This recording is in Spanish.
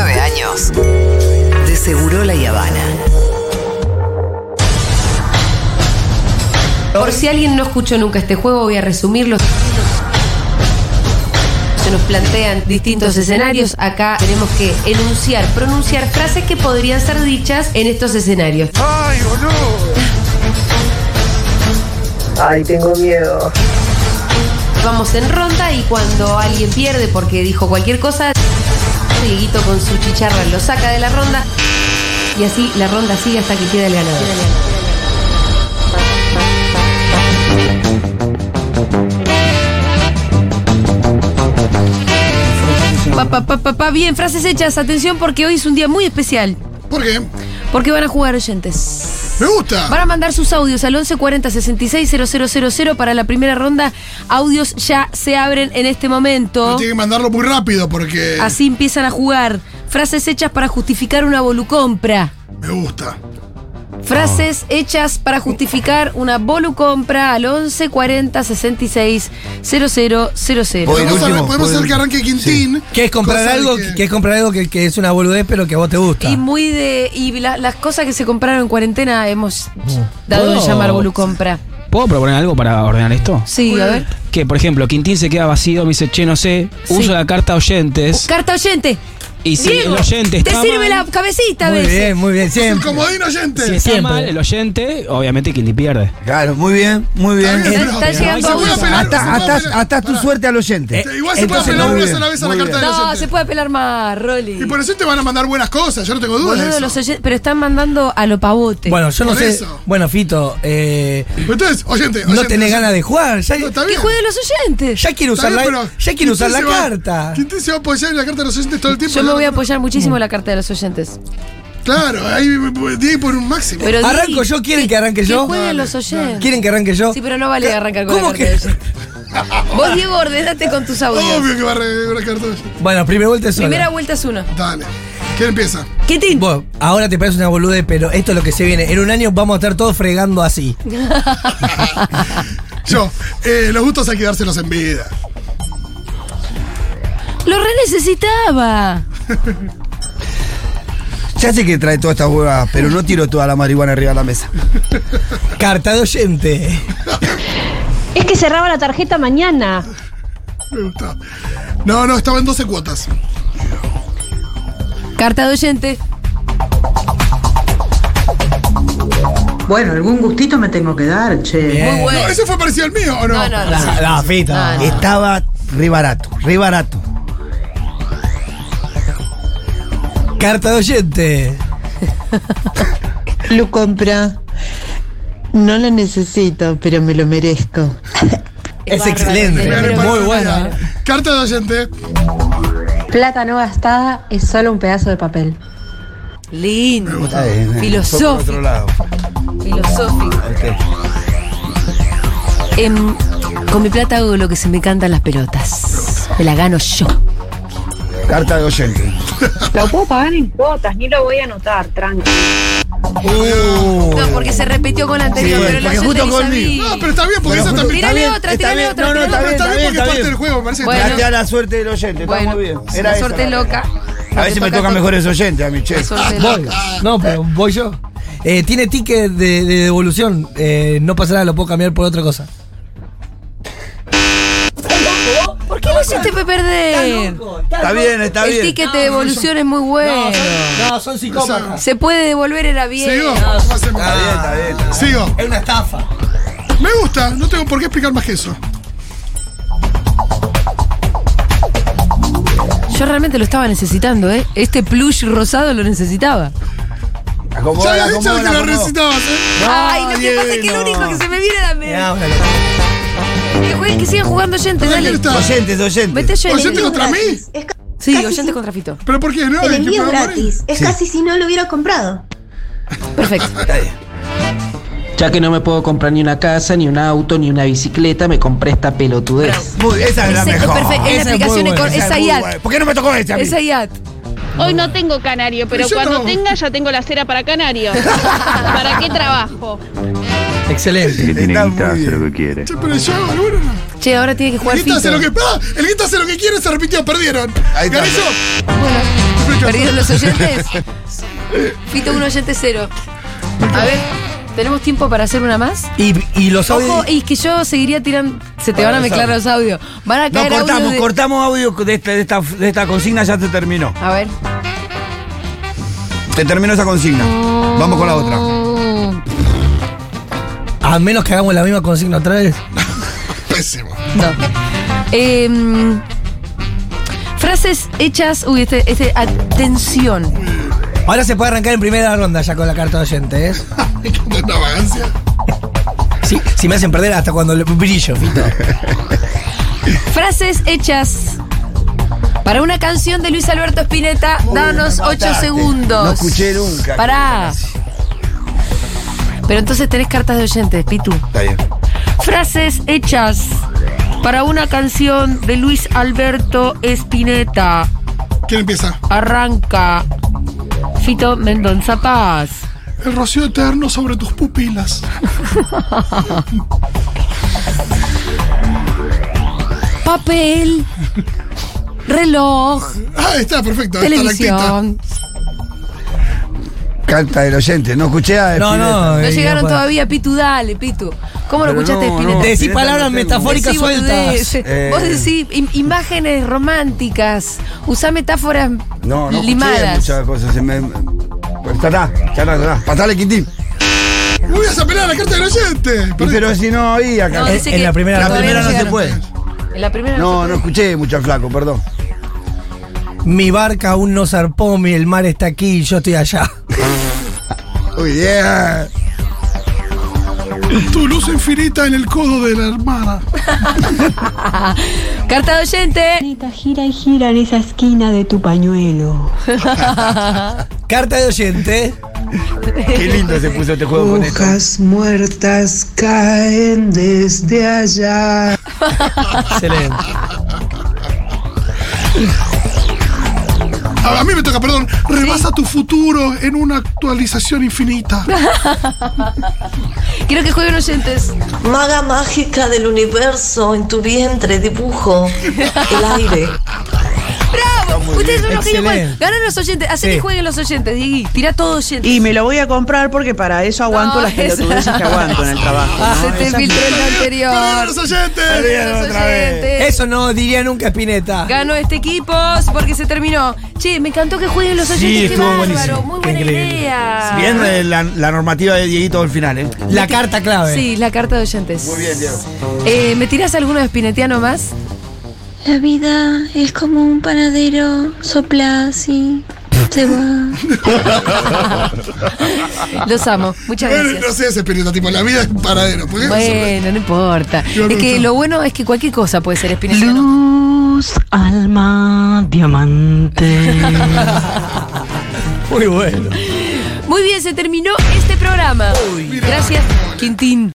Ríos. De Seguro La Habana. Por si alguien no escuchó nunca este juego, voy a resumirlo. Se nos plantean distintos escenarios. Acá tenemos que enunciar, pronunciar frases que podrían ser dichas en estos escenarios. ¡Ay, boludo! Ay, tengo miedo. Vamos en ronda y cuando alguien pierde porque dijo cualquier cosa, Dieguito con su chicharra lo saca de la ronda y así la ronda sigue hasta que queda el ganador. Pa, pa, pa, pa, pa. Bien, frases hechas. Atención porque hoy es un día muy especial. ¿Por qué? Porque van a jugar oyentes. Me gusta. Van a mandar sus audios al 1140 000 para la primera ronda. Audios ya se abren en este Pero momento. Tiene que mandarlo muy rápido porque Así empiezan a jugar. Frases hechas para justificar una volucompra. me gusta. Ah. Frases hechas para justificar una volucompra al 1140 Voy. 000 el podemos último, hacer- podemos voy hacer el- que arranque Quintín. Que es comprar cosa de algo que... es comprar algo que, que es una boludez pero que a vos te gusta. Y muy de. Y la- las cosas que se compraron en cuarentena hemos dado de Oh. llamar volucompra. ¿Puedo proponer algo para ordenar esto? Sí, a ver. Que, por ejemplo, Quintín se queda vacío, me dice, che, no sé, Sí. uso la carta oyentes. Carta oyente. y si Diego, el oyente te está sirve la mal, cabecita a muy veces. bien, muy bien, El siempre. comodín oyente. si está Siempre. mal el oyente, obviamente Quintín pierde. Claro, muy bien, muy bien. Está bien, Eh, pero- Están llegando se puede audios. apelar, se Atás puede atás- apelar. atás tu Pará. suerte al oyente. Eh, igual se puede Entonces, apelar muy una bien, sola vez a la muy carta bien. de- No, oyente. se puede apelar más, Rolly. Y por eso te van a mandar buenas cosas, yo no tengo dudas. de Boludo, eso. los oyen- pero están mandando a lo pavote. Bueno, yo no Por sé. eso. Bueno, Fito, eh, Entonces, oyente, no oyente, tenés oyente. ganas de jugar. Ya, No, está que bien. jueguen los oyentes. ya quiero Está usar bien, la, pero ya quiero usar la Quintín se va- carta. Quintín se va a apoyar en la carta de los oyentes todo el tiempo. Yo me voy a Claro, apoyar muchísimo en la carta de los oyentes. Claro, ahí di por un máximo. Pero Arranco di- yo, ¿quieren que arranque que yo? Ah. jueguen los oyentes. ¿Quieren que arranque yo? Sí, pero no vale arrancar con ¿Cómo la que? carta de oyentes. Vos, Diego, ordenate con tus audios. Obvio que va a regalar una carta de oyente. Bueno, primera vuelta es sola. Primera vuelta es uno. Dale. ¿Quién empieza? Quintín. Vos, ahora te parece una boludez, pero esto es lo que se viene. En un año vamos a estar todos fregando así. Yo. Eh, los gustos hay que dárselos en vida. Lo re necesitaba. Ya sé que trae todas estas huevas, pero no tiro toda la marihuana arriba de la mesa. Carta de oyente. Es que cerraba la tarjeta mañana. Me gusta. No, no, estaba en 12 cuotas. Carta de oyente. Bueno, algún gustito me tengo que dar, che. Eh, Muy No, bueno. ¿Eso fue parecido al mío o no? No, no, no. La, la Fito. No, no. Estaba re barato, re barato. Carta de oyente. Lo compra. No lo necesito, pero me lo merezco. Qué Es bárbaro, excelente. pero- Bien, pero- Muy para- buena. eh. Carta de oyente. Plata no gastada es solo un pedazo de papel. Lindo. Está bien, eh. Filosófico. Fue por otro lado. Filosófico. Em, con mi plata hago lo que se me cantan las pelotas. Me la gano yo. Carta de oyente. Lo puedo pagar en cuotas, ni lo voy a anotar, tranqui. Uh. No, porque se repitió con la anterior, Sí, pero la porque oyente justo ni conmigo. sabía. No, pero está bien, porque Pero esa justo- también. Tírale Está bien, otra, está tírale bien. otra, No, no, tírale está bien, otra. Está está bien porque bien, es está parte bien. del juego, me parece. que está Bueno. Tratea la suerte del oyente, está Bueno, muy bien. Era una esa suerte la- loca. A veces me toca tocan con- mejores oyentes a mi che. una suerte Voy. loca. No, pero voy yo. Eh, tiene ticket de, de devolución. Eh, no pasa nada, lo puedo cambiar por otra cosa. ¿Por qué lo hiciste pe- perder? Está bien, está El bien. ticket de devolución es muy bueno. No, son psicópatas. Se puede devolver, era bien. Sigo. ¿Cómo hacemos? Está bien, está bien, está bien. Sigo. Es una estafa. Me gusta, no tengo por qué explicar más que eso. Yo realmente lo estaba necesitando, ¿eh? Este plush rosado lo necesitaba. Acomodala, Ya había dicho que acomodala, lo acomodala. recitabas, ¿eh? Ay, lo que Diego, pasa es que el no. único que se me viene a la mente. una locura. Que jueguen, Eh, que sigan jugando oyentes, ¿Quién dale. está? Oyentes, Vete oyentes. oyentes. ¿Oyente contra mí? Sí, oyentes contra Fito. ¿Pero por qué? No, El ¿Y qué envío es programa gratis. Es casi si no lo hubiera comprado. Perfecto. Ya que no me puedo comprar ni una casa, ni un auto, ni una bicicleta, me compré esta pelotudez. Muy- Esa es la Ese- mejor. perfecto, es la Esa es aplicación muy buena, econ- esa Esa es esa muy IAT. buena. ¿Por qué no me tocó esa? a mí? Esa IAT. Hoy no tengo canario, pero Yo cuando no. tenga ya tengo la cera para canario. ¿Para qué trabajo? Excelente. Está muy bien. es? Che, pero yo, alguno no. Che, ahora tiene que El jugar guita Fito. hace lo que. ¡Ah! El guita hace lo que quiere, se repitió, perdieron. Ahí está. Gané yo. Pero ¿Perdieron los oyentes? Fito, un oyente cero. A ver, ¿tenemos tiempo para hacer una más? Y, y los Ojo, audios. y que yo seguiría tirando. Se te van a mezclar los audios. Van a No, caer cortamos, audios de- cortamos audio de, este- de esta, de esta consigna, ya te terminó. A ver. Te terminó esa consigna. Vamos con la otra. Mm, A menos que hagamos la misma consigna otra vez. Pésimo. No. Em, frases hechas. Uy, este, este. Atención. Ahora se puede arrancar en primera ronda ya con la carta de oyentes. Una vagancia. Sí, si me hacen perder hasta cuando le- brillo, Fito. Frases hechas. Para una canción de Luis Alberto Spinetta, danos 8 segundos. No escuché nunca. Pará. Pero entonces tenés cartas de oyentes, Pitu. Está bien. Frases hechas para una canción de Luis Alberto Espineta. ¿Quién empieza? Arranca. Fito Mendonza Paz. El rocío eterno sobre tus pupilas. Papel. Reloj. Ah, está, perfecto. Está la actita. Televisión. Canta del oyente. No escuché a No, no. No eh, llegaron puedo. todavía, Pitu, dale, Pitu. ¿Cómo lo Pero escuchaste, no, Espineta? no. Decí Espineta palabras no tengo. metafóricas Decí sueltas. boludeces. Eh. Vos decís im- imágenes románticas. Usá metáforas No, no escuché limadas. muchas cosas. Se me... Pues, Ya está, ya está, ya está. Patale, Quintín. No voy a apelar a la carta del oyente. Y Pero si no oía, No, acá. dice en que- la primera- que la todavía primera no se llegaron. puede. En la primera No, no escuché mucho al flaco, perdón. Mi barca aún no zarpó, mi el mar está aquí y yo estoy allá. Uy, yeah. Tu luz infinita en el codo de la hermana. Carta de oyente. Anita, gira y gira en esa esquina de tu pañuelo. Carta de oyente. Qué lindo se puso este juego con esto. Hojas muertas caen desde allá. Excelente. A, a mí me toca, perdón. Rebasa tu futuro en una actualización infinita. Quiero que jueguen oyentes. Maga mágica del universo, en tu vientre dibujo el aire. ¡Bravo! Ustedes son los que Excelente. pueden. Ganan los oyentes. Hacé Sí. que jueguen los oyentes, Diggy. Tira todo oyente. Y me lo voy a comprar porque para eso aguanto No, las esa- pelotudeces que aguanto en el trabajo. Ah, se te filtró el ¡Perdieron anterior. los oyentes! Perdieron los oyentes. Eso no diría nunca Spinetta. Ganó este equipo porque se terminó. Che, me encantó que jueguen los oyentes. Qué estuvo bárbaro. buenísimo. Muy buena Increíble. idea. Bien eh, la, la normativa de Dieguito al final, ¿eh? La carta clave. Sí, la carta de oyentes. Muy bien, Diego. Eh, ¿Me tirás alguno de Spinetiano más? La vida es como un panadero, sopla así, se va. Los amo. Muchas Bueno, Eh, no gracias. sé ese espíritu, tipo, la vida es un paradero. pues. ¿Por qué? Bueno, no importa. Yo Es no que sé. lo bueno es que cualquier cosa puede ser Spinetiano. Luz, alma, diamante. Muy bueno. Muy bien, se terminó este programa. Gracias, Quintín.